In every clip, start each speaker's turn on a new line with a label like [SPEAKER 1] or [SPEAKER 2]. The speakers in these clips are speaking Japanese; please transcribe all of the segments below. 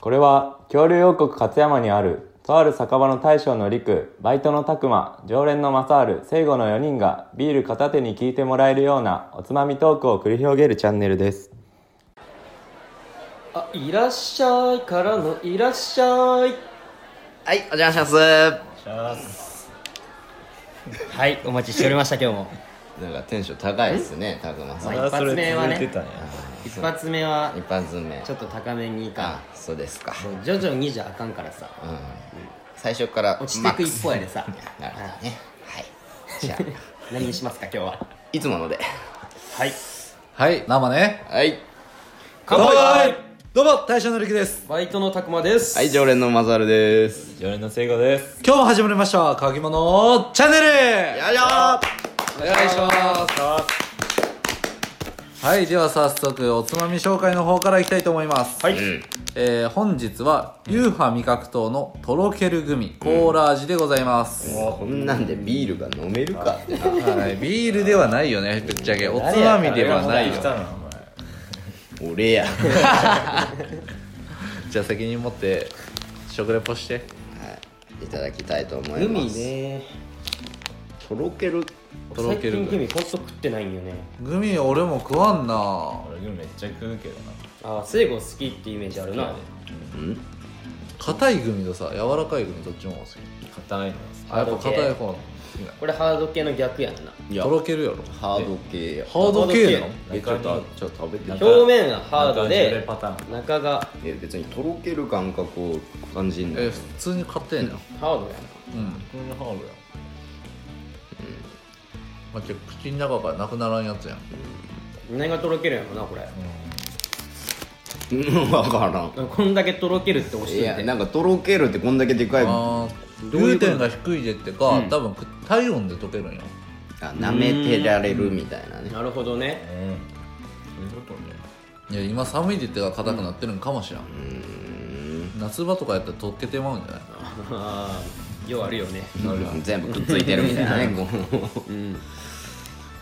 [SPEAKER 1] これは恐竜王国勝山にあるとある酒場の大将の陸バイトの拓磨常連の正治聖護の4人がビール片手に聞いてもらえるようなおつまみトークを繰り広げるチャンネルです
[SPEAKER 2] あいらっしゃいからのいらっしゃい
[SPEAKER 3] はい、お邪魔します。な
[SPEAKER 2] はいお待ちしておりました今日も
[SPEAKER 3] んかテンション高いですね、たくまさん。
[SPEAKER 2] まあ一発目はね一発目は
[SPEAKER 3] 一発目。
[SPEAKER 2] ちょっと高めにいい
[SPEAKER 3] あ
[SPEAKER 2] か、
[SPEAKER 3] そうですか。
[SPEAKER 2] もう徐々にじゃあかんからさ
[SPEAKER 3] うん。最初から
[SPEAKER 2] 落ちてく一方やでさ
[SPEAKER 3] マックスなるほどね。はい。じゃあ、
[SPEAKER 2] 何にしますか今日はい
[SPEAKER 3] つもので。
[SPEAKER 2] はい
[SPEAKER 4] はい、生ね。
[SPEAKER 3] はい。
[SPEAKER 2] 乾杯
[SPEAKER 4] どうも、大将のりきです。
[SPEAKER 2] バイトの拓磨です
[SPEAKER 3] はい、常連のマザールです。
[SPEAKER 1] 常連の聖護です
[SPEAKER 4] 今日も始まりました、かぎものチャンネル
[SPEAKER 3] よいしょー
[SPEAKER 4] お願いします。はい、では早速、おつまみ紹介の方からいきたいと思います。
[SPEAKER 2] はい、
[SPEAKER 4] えー、本日は、ユーハ味覚糖のとろけるグミ、コーラ味でございます。
[SPEAKER 3] こんなんでビールが飲めるかってな。
[SPEAKER 4] はい、ビールではないよね、ぶっちゃけ。おつまみではないよ。
[SPEAKER 3] 俺や。
[SPEAKER 4] じゃあ責任持って、食レポして。
[SPEAKER 3] いただきたいと思い
[SPEAKER 2] グ
[SPEAKER 3] ま
[SPEAKER 2] ミ
[SPEAKER 3] す。
[SPEAKER 2] ね
[SPEAKER 3] とろける。
[SPEAKER 4] とろけ
[SPEAKER 2] 最
[SPEAKER 4] る
[SPEAKER 2] 近グ
[SPEAKER 4] グミ。
[SPEAKER 2] ミほんと食ってないんよね
[SPEAKER 4] グミ俺も食わんな
[SPEAKER 5] 俺めっちゃ食うけどな
[SPEAKER 2] あ聖子好きってイメージあるな
[SPEAKER 4] 硬いグミとさ柔らかいグミどっちも好き
[SPEAKER 5] 硬いの
[SPEAKER 4] あやっぱ硬い方の
[SPEAKER 2] これハード系の逆やんない
[SPEAKER 3] や
[SPEAKER 4] とろけるやろ
[SPEAKER 3] ハード系や。
[SPEAKER 4] ハード系なの
[SPEAKER 3] え、ちょっと、ちょっと食べてみて
[SPEAKER 2] 表面はハード
[SPEAKER 5] ジュレ
[SPEAKER 2] で
[SPEAKER 5] パター
[SPEAKER 2] 中が
[SPEAKER 3] え、別にとろける感覚を感じんの
[SPEAKER 4] え。普通に硬いな
[SPEAKER 2] ハードやな
[SPEAKER 4] うん
[SPEAKER 5] ンこのハーブや
[SPEAKER 4] まあ、けど口の中からなくならんやつやん
[SPEAKER 2] 何がとろけるんやろなこれ
[SPEAKER 3] うん、 わからん。
[SPEAKER 2] こんだけとろけるって押し
[SPEAKER 3] い
[SPEAKER 2] とい
[SPEAKER 3] や
[SPEAKER 2] て
[SPEAKER 3] なんかとろけるってこんだけでかいあ
[SPEAKER 4] あーグルテンが低いでってか、多分く体温で溶けるんや
[SPEAKER 3] 舐めてられるみたいなね
[SPEAKER 2] なるほどね
[SPEAKER 5] うんそういうことね
[SPEAKER 4] いや今寒いでってか硬くなってるんかもしらん、夏場とかやったら溶けてまうんじゃない
[SPEAKER 2] ああようあるよね
[SPEAKER 3] うん全部くっついてるみたいなねこう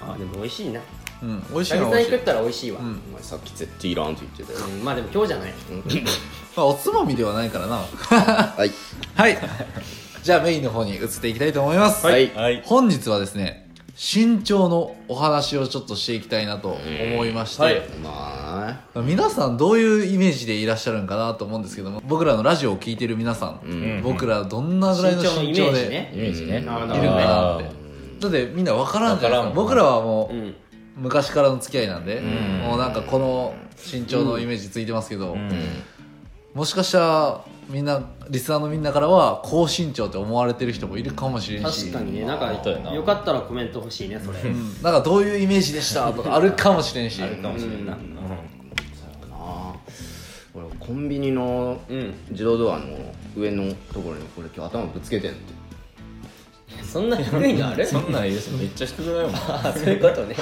[SPEAKER 2] あーでも美味しいな
[SPEAKER 4] うん美味しい
[SPEAKER 2] 久
[SPEAKER 4] のは
[SPEAKER 2] 々に
[SPEAKER 4] 美味し
[SPEAKER 2] 食
[SPEAKER 4] い、
[SPEAKER 2] ったら美味しいわ、
[SPEAKER 3] お前さっき絶対いらんって言ってたよ
[SPEAKER 2] うんまあでも今日じゃない
[SPEAKER 4] まあ、おつまみではないからな
[SPEAKER 3] はい
[SPEAKER 4] はいじゃあメインの方に移っていきたいと思います
[SPEAKER 3] はい
[SPEAKER 5] はい
[SPEAKER 4] 本日はですね身長のお話をちょっとしていきたいなと思いまして、
[SPEAKER 3] まあ
[SPEAKER 4] 皆さんどういうイメージでいらっしゃるんかなと思うんですけども僕らのラジオを聞いてる皆さん、僕らどんなぐらいの
[SPEAKER 2] 身長のイ
[SPEAKER 4] 身
[SPEAKER 2] メ
[SPEAKER 4] 長
[SPEAKER 2] ージ
[SPEAKER 4] で
[SPEAKER 2] ね
[SPEAKER 5] イメージね
[SPEAKER 2] あー
[SPEAKER 4] い
[SPEAKER 2] な
[SPEAKER 4] るん
[SPEAKER 2] るほどね
[SPEAKER 4] かなってだってみんな分からんじゃないで
[SPEAKER 5] 分からんもん
[SPEAKER 4] すか僕らはもう、
[SPEAKER 2] うん
[SPEAKER 4] 昔からの付き合いなんで、もうなんかこの身長のイメージついてますけど、もしかしたらみんなリスナーのみんなからは高身長って思われてる人もいるかもしれんし
[SPEAKER 2] 確かにねなん
[SPEAKER 5] そうや
[SPEAKER 2] か
[SPEAKER 5] な
[SPEAKER 2] よかったらコメント欲しいねそれ
[SPEAKER 4] うんなんかどういうイメージでしたとかあるかもしれんし
[SPEAKER 5] かもしれんな
[SPEAKER 3] あー俺コンビニの
[SPEAKER 2] うん
[SPEAKER 3] 自動ドアの上のところにこれ今日頭ぶつけてんって
[SPEAKER 2] そんな低いのある
[SPEAKER 5] そんなん言うしめっちゃ低くないもん
[SPEAKER 2] あ そういうことね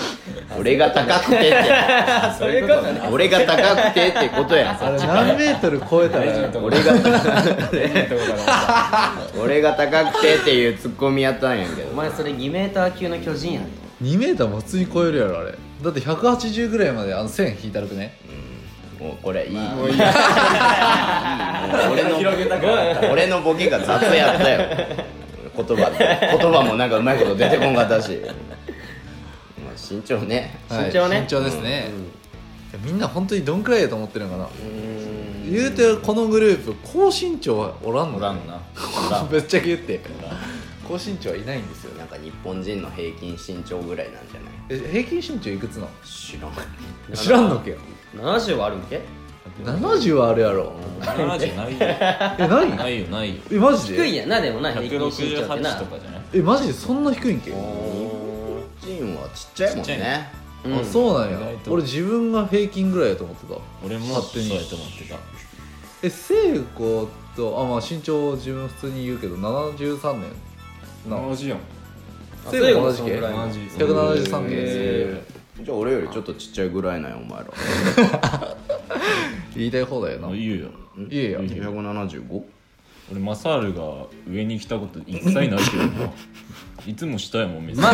[SPEAKER 3] 俺が高くてって
[SPEAKER 2] あそういうことね
[SPEAKER 3] 俺が高くてってことや
[SPEAKER 4] あれ何メートル超えたら
[SPEAKER 3] 俺が
[SPEAKER 5] ってことだな
[SPEAKER 3] 俺が高くてっていうツッコミやったんやけど
[SPEAKER 2] お前それ2メーター級の巨人やん
[SPEAKER 4] 2メーターも普通に超えるやろあれだって180ぐらいまであの線引いたらくね
[SPEAKER 3] もうこれいい、もういいもう俺の俺のボケが雑やったよ言葉で言葉もなんかうまいこと出てこんかったし、まあ、身長ね
[SPEAKER 4] はい
[SPEAKER 2] 身長ね
[SPEAKER 4] 身長ですね、みんな本当にどんくらいやと思ってるんかな言うてこのグループ高身長はおらんの
[SPEAKER 5] おら んな
[SPEAKER 4] ぶっちゃけ言って高身長はいないんですよ
[SPEAKER 3] なんか日本人の平均身長ぐらいなんじゃない
[SPEAKER 4] え平均身長いくつなの
[SPEAKER 3] 知らん
[SPEAKER 4] 知らんのけよ
[SPEAKER 2] 70はあるんけ
[SPEAKER 4] 70はあるやろ
[SPEAKER 5] 70ないよ
[SPEAKER 4] え
[SPEAKER 5] な
[SPEAKER 4] 何
[SPEAKER 5] いよないよ
[SPEAKER 4] えマジで
[SPEAKER 2] 低いやなでもな平均身長ってな
[SPEAKER 5] 168とかじゃない
[SPEAKER 4] えマジでそんな低いんけ
[SPEAKER 3] 日本人はちっちゃいもん
[SPEAKER 5] ちっち
[SPEAKER 3] ね
[SPEAKER 2] うん
[SPEAKER 4] あそうなんや
[SPEAKER 5] 意外と
[SPEAKER 4] 俺自分が平均ぐらいやと思ってた
[SPEAKER 5] 俺も
[SPEAKER 4] 勝
[SPEAKER 5] そ
[SPEAKER 4] 手
[SPEAKER 5] う
[SPEAKER 4] に
[SPEAKER 5] やと思ってた
[SPEAKER 4] え聖子とあまあ身長自分普通に言うけど73年な
[SPEAKER 5] じやん
[SPEAKER 2] あ
[SPEAKER 4] 聖子同じ
[SPEAKER 2] そういうことそのぐ
[SPEAKER 4] け
[SPEAKER 2] らい
[SPEAKER 5] 同じ
[SPEAKER 4] 173年
[SPEAKER 2] へ
[SPEAKER 3] じゃあ俺よりちょっとちっちゃいぐらいなんやお前ら
[SPEAKER 4] 言いたい方だよな
[SPEAKER 5] 言
[SPEAKER 4] いう
[SPEAKER 5] よ
[SPEAKER 4] えや
[SPEAKER 3] 175?
[SPEAKER 5] 俺マサールが上に来たこと一切ないけどないつも下やもん別に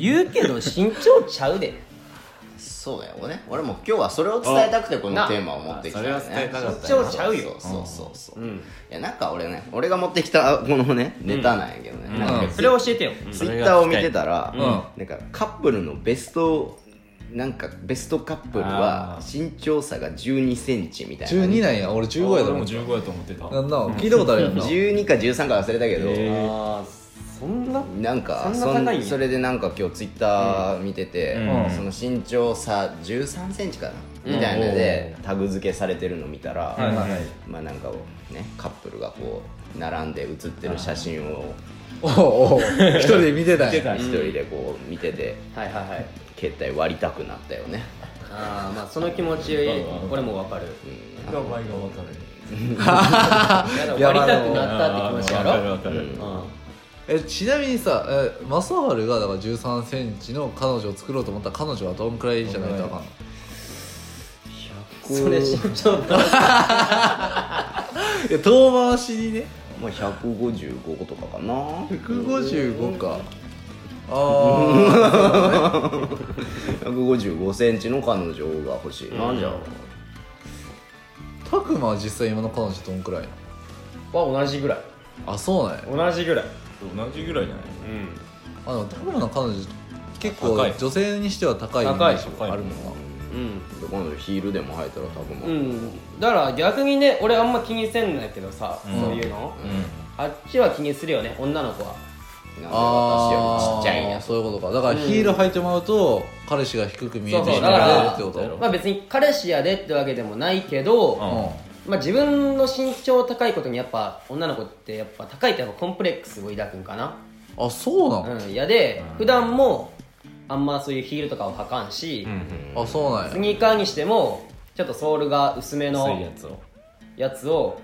[SPEAKER 2] 言うけど身長ちゃうで
[SPEAKER 3] そうだよね俺も今日はそれを伝えたくてこのテーマを持ってきたよね
[SPEAKER 5] あそれは伝えたかった
[SPEAKER 3] そ
[SPEAKER 2] よなそっちをちゃうよ
[SPEAKER 3] そうそうそう、
[SPEAKER 2] うん
[SPEAKER 3] いやなんか俺ね俺が持ってきたこのねネタなんやけどね、なんか
[SPEAKER 2] それを教えてよ
[SPEAKER 3] ツイッターを見てたら、
[SPEAKER 4] ん
[SPEAKER 3] なんかカップルのベストなんかベストカップルは身長差が1 2ンチみたいな
[SPEAKER 4] 12なんや俺15や
[SPEAKER 5] 俺
[SPEAKER 4] と思
[SPEAKER 5] も
[SPEAKER 4] う
[SPEAKER 5] 15やと思ってた
[SPEAKER 4] なんな聞いたことあるやんな
[SPEAKER 3] 12か13か忘れたけど、
[SPEAKER 2] あーそんな
[SPEAKER 3] なんか
[SPEAKER 2] そんな高いんや
[SPEAKER 3] そんそれでなんか今日ツイッター見てて、
[SPEAKER 4] うん
[SPEAKER 3] その身長差1 3センチかな、みたいなのでタグ付けされてるの見たら、
[SPEAKER 5] はいはいはい
[SPEAKER 3] まあなんかこうねカップルがこう並んで写ってる写真を
[SPEAKER 4] おうお う一人で見てたんや
[SPEAKER 3] 一人でこう見てて、
[SPEAKER 2] はいはいはい
[SPEAKER 3] 携帯割りたくなったよね、
[SPEAKER 2] ああまあその気持ち俺もわかる
[SPEAKER 3] うん
[SPEAKER 5] が前が分かる
[SPEAKER 2] いや割りたくなったって気持ちやろ
[SPEAKER 5] 分かる分かる、
[SPEAKER 3] うん
[SPEAKER 4] えちなみにさえマサハルがだから1 3ンチの彼女を作ろうと思ったら彼女はどんくらいじゃないとあかんの
[SPEAKER 2] うんそれ身長差
[SPEAKER 4] いや遠回しにね
[SPEAKER 3] まあ155とかかな
[SPEAKER 4] 155かあ
[SPEAKER 3] 155センチの彼女が欲しいな、じゃあ
[SPEAKER 4] あ拓磨は実際今の彼女どんくらいなの
[SPEAKER 2] は同じぐらい
[SPEAKER 4] あそうなんや
[SPEAKER 2] 同じぐらい
[SPEAKER 5] 同じぐらいじゃない
[SPEAKER 2] うん
[SPEAKER 4] あでも拓磨の彼女結構
[SPEAKER 5] 高い
[SPEAKER 4] 女性にしては高いイメージがあるもんな
[SPEAKER 2] うん
[SPEAKER 3] で今度ヒールでも履いたら多分、
[SPEAKER 2] うん、だから逆にね俺あんま気にせんだけどさ、そういうの、あっちは気にするよね女の子は
[SPEAKER 3] なんで私よ
[SPEAKER 4] あ
[SPEAKER 3] りちっ
[SPEAKER 4] あ
[SPEAKER 3] ちゃいんや
[SPEAKER 4] そういうことかだからヒール履いてもらうと彼氏が低く見え
[SPEAKER 2] そう
[SPEAKER 4] てし
[SPEAKER 2] そうだか
[SPEAKER 4] ま
[SPEAKER 2] ら
[SPEAKER 4] うってこと
[SPEAKER 2] まあ別に彼氏やでってわけでもないけど、まあ自分の身長高いことにやっぱ女の子ってやっぱ高いってやっぱコンプレックスを抱くんかな
[SPEAKER 4] うんあそうなの
[SPEAKER 2] うんやで普段もあんまそういうヒールとかを履かんし、
[SPEAKER 4] あそうなんや
[SPEAKER 2] スニーカーにしてもちょっとソールが薄め
[SPEAKER 5] 薄いや
[SPEAKER 2] の
[SPEAKER 5] つを
[SPEAKER 2] やつを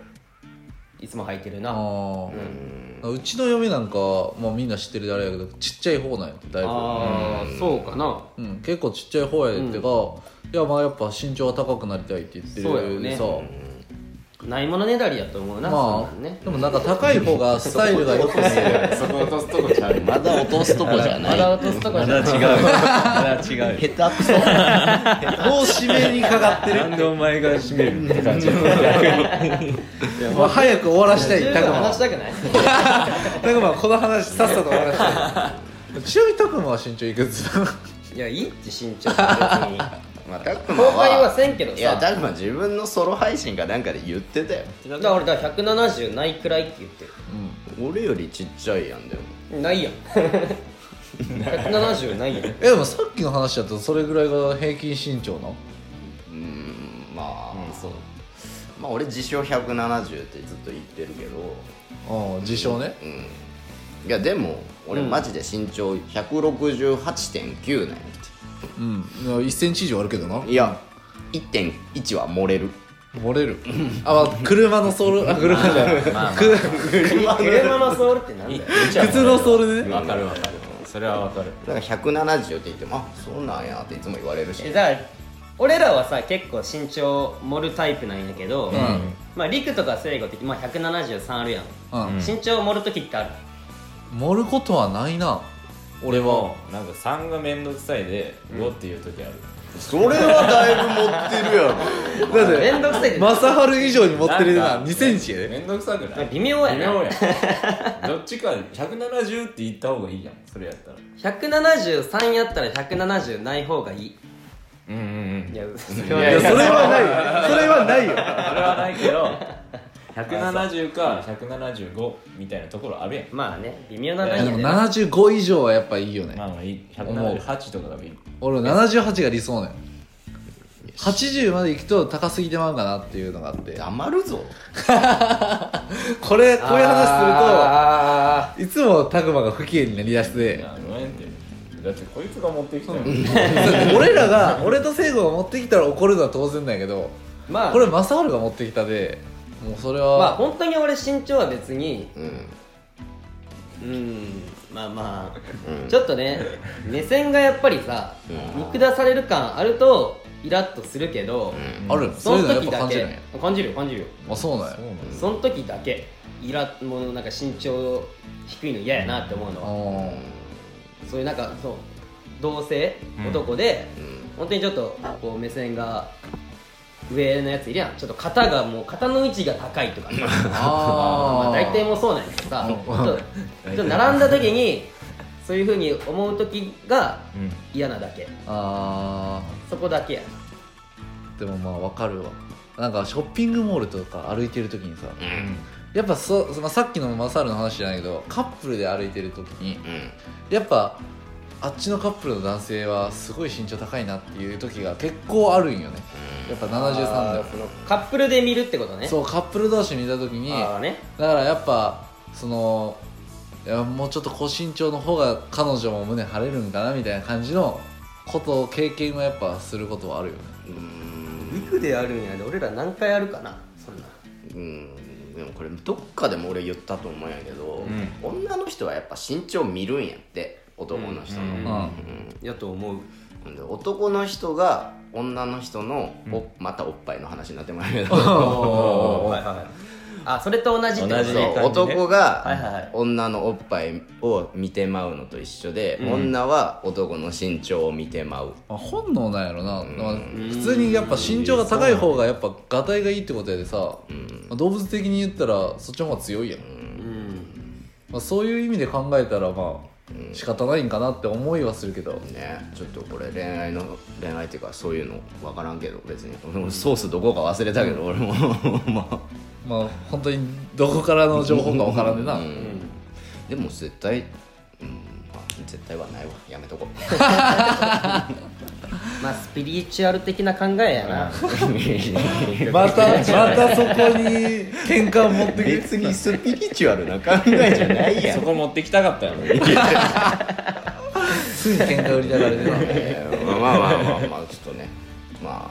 [SPEAKER 2] いつも履いてるな
[SPEAKER 4] ああ、うちの嫁なんか、まあ、みんな知ってるであれやけどちっちゃい方なんやってだい
[SPEAKER 2] ああそうかな
[SPEAKER 4] ぶ、うん、結構ちっちゃい方やでってか、いやまあやっぱ身長は高くなりたいって言って
[SPEAKER 2] そうやろ
[SPEAKER 4] る
[SPEAKER 2] うね
[SPEAKER 4] でさ、
[SPEAKER 2] ないものねだりやと思うな、
[SPEAKER 4] ま
[SPEAKER 2] そ
[SPEAKER 4] あ、
[SPEAKER 2] うなんね
[SPEAKER 4] でもなんか高い方がスタイルが良くね
[SPEAKER 3] そこ落とすとこちゃうまだ落とすとこじゃな
[SPEAKER 2] ま
[SPEAKER 3] い
[SPEAKER 2] だ落とすとこじゃない
[SPEAKER 5] 違うまだ違
[SPEAKER 3] ヘタくそ
[SPEAKER 4] もう締めにかかって
[SPEAKER 5] なんでお前が閉めるって感じ
[SPEAKER 4] る、まあ、早く終わらしたい
[SPEAKER 2] 十
[SPEAKER 4] た
[SPEAKER 2] 分
[SPEAKER 4] く
[SPEAKER 2] 話
[SPEAKER 4] ま
[SPEAKER 2] したくない
[SPEAKER 4] たくまこの話さっさと終わらしたいちなみにたくまは身長いくつ
[SPEAKER 2] いやいいって身長別に
[SPEAKER 3] まあタクマ
[SPEAKER 2] 後輩はせんけどさ
[SPEAKER 3] いやタクマ自分のソロ配信かなんかで言ってたよ
[SPEAKER 2] だから俺だから170ないくらいって言って
[SPEAKER 3] 俺よりちっちゃいやんでも
[SPEAKER 2] るないやん170ないやん
[SPEAKER 4] えでもさっきの話だとそれぐらいが平均身長なの
[SPEAKER 3] うんまあ、そうまあ俺自称170ってずっと言ってるけど
[SPEAKER 4] うん自称ね、
[SPEAKER 3] いやでも俺マジで身長168.9なんや
[SPEAKER 4] うん、1センチ以上あるけどな
[SPEAKER 3] ていや1.1は漏れる
[SPEAKER 4] 漏れるあ、まあ、車のソールあ車 じゃないく
[SPEAKER 2] 車のソールってなんだよ
[SPEAKER 4] 靴のソールでね
[SPEAKER 5] 分かる分かるそれは分かる
[SPEAKER 3] だから170って言ってもあそうなんやっていつも言われるし
[SPEAKER 2] えだから俺らはさ結構身長盛るタイプなんやけど、まあ陸とか聖子って、まあ、173あるやん、
[SPEAKER 4] うん
[SPEAKER 2] 身長盛る時ってある
[SPEAKER 4] 盛ることはないな俺は
[SPEAKER 5] なんか3が面倒くさいで5っていう時ある
[SPEAKER 3] それはだいぶ持ってるやろ
[SPEAKER 4] だって
[SPEAKER 2] 面倒くさいって
[SPEAKER 4] 正春以上に持ってるな
[SPEAKER 5] なんか
[SPEAKER 4] 2センチやで
[SPEAKER 5] 面倒くさくない
[SPEAKER 2] 微妙や
[SPEAKER 5] 微
[SPEAKER 2] な
[SPEAKER 5] 妙やどっちか170って言った方がいいやんそれやったら
[SPEAKER 2] 173やったら170ない方がいい
[SPEAKER 5] うんうんうん
[SPEAKER 2] いやそ
[SPEAKER 5] い
[SPEAKER 2] れ
[SPEAKER 5] や
[SPEAKER 2] はい
[SPEAKER 5] やそれ
[SPEAKER 4] はないよそれはないよ
[SPEAKER 5] それはないけど170か175みたいなところあるやん
[SPEAKER 2] まあね微妙なライ
[SPEAKER 4] で
[SPEAKER 2] ン
[SPEAKER 4] も
[SPEAKER 2] やね
[SPEAKER 4] 75以上はやっぱいいよね
[SPEAKER 5] まあまあいい178とかがいい
[SPEAKER 4] 俺78が理想ね80まで行くと高すぎてまうかなっていうのがあって
[SPEAKER 3] 黙るぞ
[SPEAKER 4] これこういう話
[SPEAKER 2] あ
[SPEAKER 4] するといつも拓磨が不機嫌になりだして
[SPEAKER 5] あごめんってだってこいつが持ってきたの
[SPEAKER 4] 俺らが俺と聖子が持ってきたら怒るのは当然だけど
[SPEAKER 2] ーまあ
[SPEAKER 4] これ正治が持ってきたでもうそれは、
[SPEAKER 2] まあ本当に俺身長は別に
[SPEAKER 3] うん
[SPEAKER 2] うんまあまあ、ちょっとね目線がやっぱりさ、見下される感あるとイラッとするけど、
[SPEAKER 4] ある
[SPEAKER 2] そ
[SPEAKER 4] そ
[SPEAKER 2] う
[SPEAKER 4] い
[SPEAKER 2] の
[SPEAKER 4] うのやっ
[SPEAKER 2] 時
[SPEAKER 4] ぱ
[SPEAKER 2] だ
[SPEAKER 4] 感じ
[SPEAKER 2] け
[SPEAKER 4] るんや
[SPEAKER 2] 感じるよ感じるよ
[SPEAKER 4] あそうなんや
[SPEAKER 2] その時だけイラもうなんか身長低いの嫌やなって思うのは、
[SPEAKER 4] あ
[SPEAKER 2] そういうなんかそう同性、男で、本当にちょっとこう目線が上のやついるやんちょっと肩がもう肩の位置が高いとかさま
[SPEAKER 4] あ
[SPEAKER 2] あ大体もうそうなんやけどさちょっとちょっと並んだ時にそういうふうに思う時が
[SPEAKER 5] うん
[SPEAKER 2] 嫌なだけ
[SPEAKER 4] あ
[SPEAKER 2] そこだけや
[SPEAKER 4] ーでもまあわかるわなんかショッピングモールとか歩いてる時にさ、やっぱそ、そのさっきのマサールの話じゃないけどカップルで歩いてる時に
[SPEAKER 3] うん
[SPEAKER 4] やっぱあっちのカップルの男性はすごい身長高いなっていう時が結構あるんよねやっぱ73だよ
[SPEAKER 2] あーそのカップルで見るってことね
[SPEAKER 4] そうカップル同士にいた時に
[SPEAKER 2] ああね
[SPEAKER 4] だからやっぱそのいやもうちょっと高身長の方が彼女も胸張れるんかなみたいな感じのことを経験はやっぱすることはあるよね
[SPEAKER 2] 肉であるんやで俺ら何回あるかなそんな
[SPEAKER 3] うんでもこれどっかでも俺言ったと思うんやけど、女の人はやっぱ身長見るんやって男の人の、
[SPEAKER 5] うん
[SPEAKER 4] うん、
[SPEAKER 2] やと思う
[SPEAKER 3] で男の人が女の人のお、またおっぱいの話になってもらうけ ど
[SPEAKER 2] はいはいあそれと同じってこと
[SPEAKER 5] 同じ
[SPEAKER 3] そう
[SPEAKER 5] ね
[SPEAKER 3] 男
[SPEAKER 2] はいはいはい
[SPEAKER 3] が女のおっぱいを見てまうのと一緒で、女は男の身長を見てまう
[SPEAKER 4] まあ、本能なんやろな、まあ、普通にやっぱ身長が高い方がやっぱがたいがいいってことやでさ、まあ動物的に言ったらそっちの方が強いやん、
[SPEAKER 2] うん
[SPEAKER 4] まあ、そういう意味で考えたらまあ仕方ないんかなって思いはするけど、
[SPEAKER 3] ねちょっとこれ恋愛の恋愛っていうかそういうの分からんけど別に俺もソースどこか忘れたけど、俺も まあ
[SPEAKER 4] まあ本当にどこからの情報かわからんでな、
[SPEAKER 3] でも絶対うんまあ絶対はないわやめとこ う
[SPEAKER 2] まあスピリチュアル的な考えやな
[SPEAKER 4] またまたそこに喧嘩を持ってくる
[SPEAKER 3] 別にスピリチュアルな考えじゃ ないやん
[SPEAKER 5] そこ持ってきたかったよね
[SPEAKER 4] すぐ喧嘩売りながらでな
[SPEAKER 3] えーまあまあまあまあまあちょっとねまあ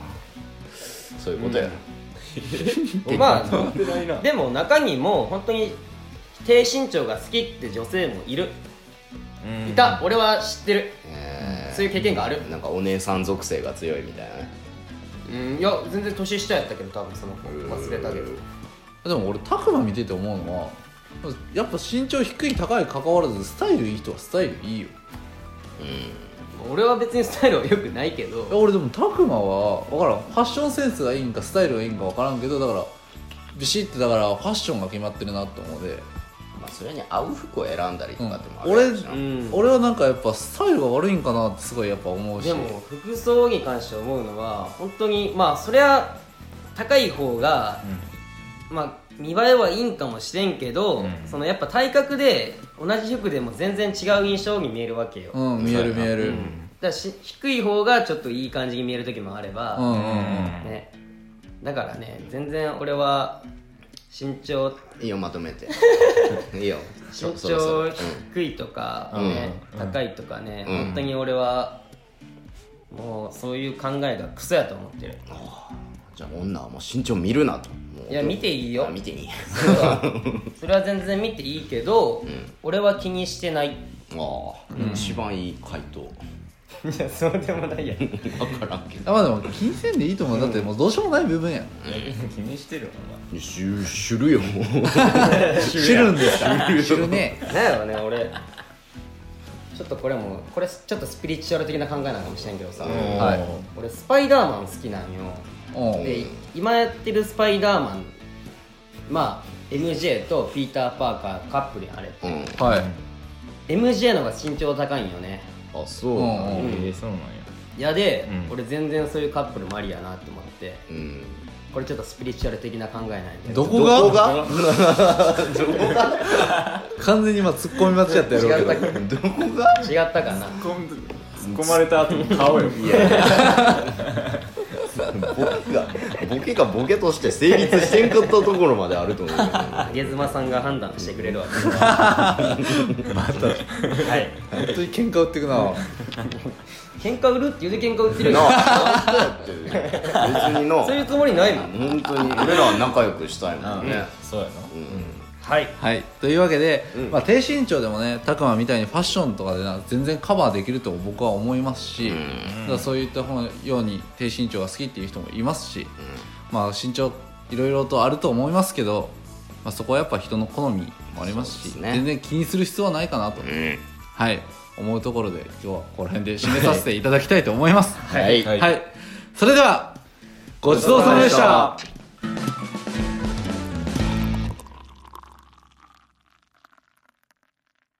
[SPEAKER 3] そういうことやな、
[SPEAKER 2] まあでも中にも本当に低身長が好きって女性もいるいた俺は知ってる
[SPEAKER 3] え
[SPEAKER 2] そういう経験がある
[SPEAKER 3] ーなんかお姉さん属性が強いみたいなね
[SPEAKER 2] うんいや全然年下やったけど多分その子忘れたけど
[SPEAKER 4] でも俺拓磨見てて思うのはやっぱ身長低い高い関わらずスタイルいい人はスタイルいいよ
[SPEAKER 2] 俺は別にスタイルは良くないけど
[SPEAKER 4] いや俺でも拓磨は分からんファッションセンスがいいんかスタイルがいいんか分からんけどだからビシッてだからファッションが決まってるなと思うで、
[SPEAKER 3] まあそれに合う服を選んだりとかってもある
[SPEAKER 4] 俺、
[SPEAKER 3] やろしな
[SPEAKER 4] 俺はなんかやっぱスタイルが悪いんかなってすごいやっぱ思うし
[SPEAKER 2] でも服装に関して思うのは本当にまあそりゃ高い方が、まあ見栄えはいいんかもしれんけど、
[SPEAKER 5] うん
[SPEAKER 2] そのやっぱ体格で同じ服でも全然違う印象に見えるわけよ、だか
[SPEAKER 4] うん見える見える
[SPEAKER 2] らし低い方がちょっといい感じに見える時もあれば、
[SPEAKER 4] うんうんうん、
[SPEAKER 2] ね、だからね全然俺は身長
[SPEAKER 3] いいよまとめ ていいよ
[SPEAKER 2] 身
[SPEAKER 3] そろそ
[SPEAKER 2] 長
[SPEAKER 3] ろ
[SPEAKER 2] 低いとか、ね高いとかね、
[SPEAKER 3] うん
[SPEAKER 2] 本当に俺はもうそういう考えがクソやと思ってる、
[SPEAKER 3] じゃあ女はもう身長見るなともう
[SPEAKER 2] いや見ていいよ
[SPEAKER 3] あ見て いい
[SPEAKER 2] それはそれは全然見ていいけど、俺は気にしてないい
[SPEAKER 3] ああ、一番いい回答
[SPEAKER 2] やそうでもないやん
[SPEAKER 3] 分からんけ ど
[SPEAKER 4] あまあでも金銭でいいと思うだってもうどうしようもない部分やん
[SPEAKER 5] 気にしてるわ
[SPEAKER 3] 知知るよ
[SPEAKER 4] 知るんですか知るね
[SPEAKER 2] なんやろね俺ちょっとこれもこれちょっとスピリチュアル的な考えなのかもしれんけどさ、
[SPEAKER 3] ん
[SPEAKER 4] はい
[SPEAKER 2] 俺スパイダーマン好きなんよ
[SPEAKER 4] うん
[SPEAKER 2] で今やってるスパイダーマンまあ MJ とピーター・パーカーカップルやんあれ
[SPEAKER 3] うん
[SPEAKER 4] はい
[SPEAKER 2] MJ の方が身長高いんよね
[SPEAKER 3] あそう
[SPEAKER 4] うん
[SPEAKER 3] なんや
[SPEAKER 5] えーそうなんや
[SPEAKER 2] いやで、
[SPEAKER 5] うん
[SPEAKER 2] 俺全然そういうカップルもありやなって思って
[SPEAKER 3] うん
[SPEAKER 2] これちょっとスピリチュアル的な考えなんやけど
[SPEAKER 4] どこが
[SPEAKER 3] どこ が
[SPEAKER 4] 完全に今突っ込み間違ったやろうけど
[SPEAKER 3] どこが
[SPEAKER 2] 違ったかな
[SPEAKER 5] 突っ込まれた後の顔よ
[SPEAKER 3] ボケがボケがボケとして成立してんかったところまであると思うけどね
[SPEAKER 2] あげずまさんが判断してくれ るわけはい
[SPEAKER 4] 本当に喧嘩売ってくな
[SPEAKER 2] 喧嘩売るって言うて喧嘩売ってるよ
[SPEAKER 3] 別
[SPEAKER 2] そう
[SPEAKER 3] に
[SPEAKER 2] い
[SPEAKER 3] な
[SPEAKER 2] うつもりないもん
[SPEAKER 3] 本当に俺らは仲良くしたいもんね
[SPEAKER 5] そうやな
[SPEAKER 2] はい
[SPEAKER 4] はい、というわけで、まあ、低身長でもね拓磨みたいにファッションとかでな全然カバーできると僕は思いますし、だからそういった方のように低身長が好きっていう人もいますし、まあ、身長いろいろとあると思いますけど、まあ、そこはやっぱ人の好みもありますし
[SPEAKER 3] そうですね
[SPEAKER 4] 全然気にする必要はないかなと、はい思うところで今日はここら辺で締めさせていただきたいと思います。
[SPEAKER 3] はい
[SPEAKER 4] はい、それではごちそうさまでした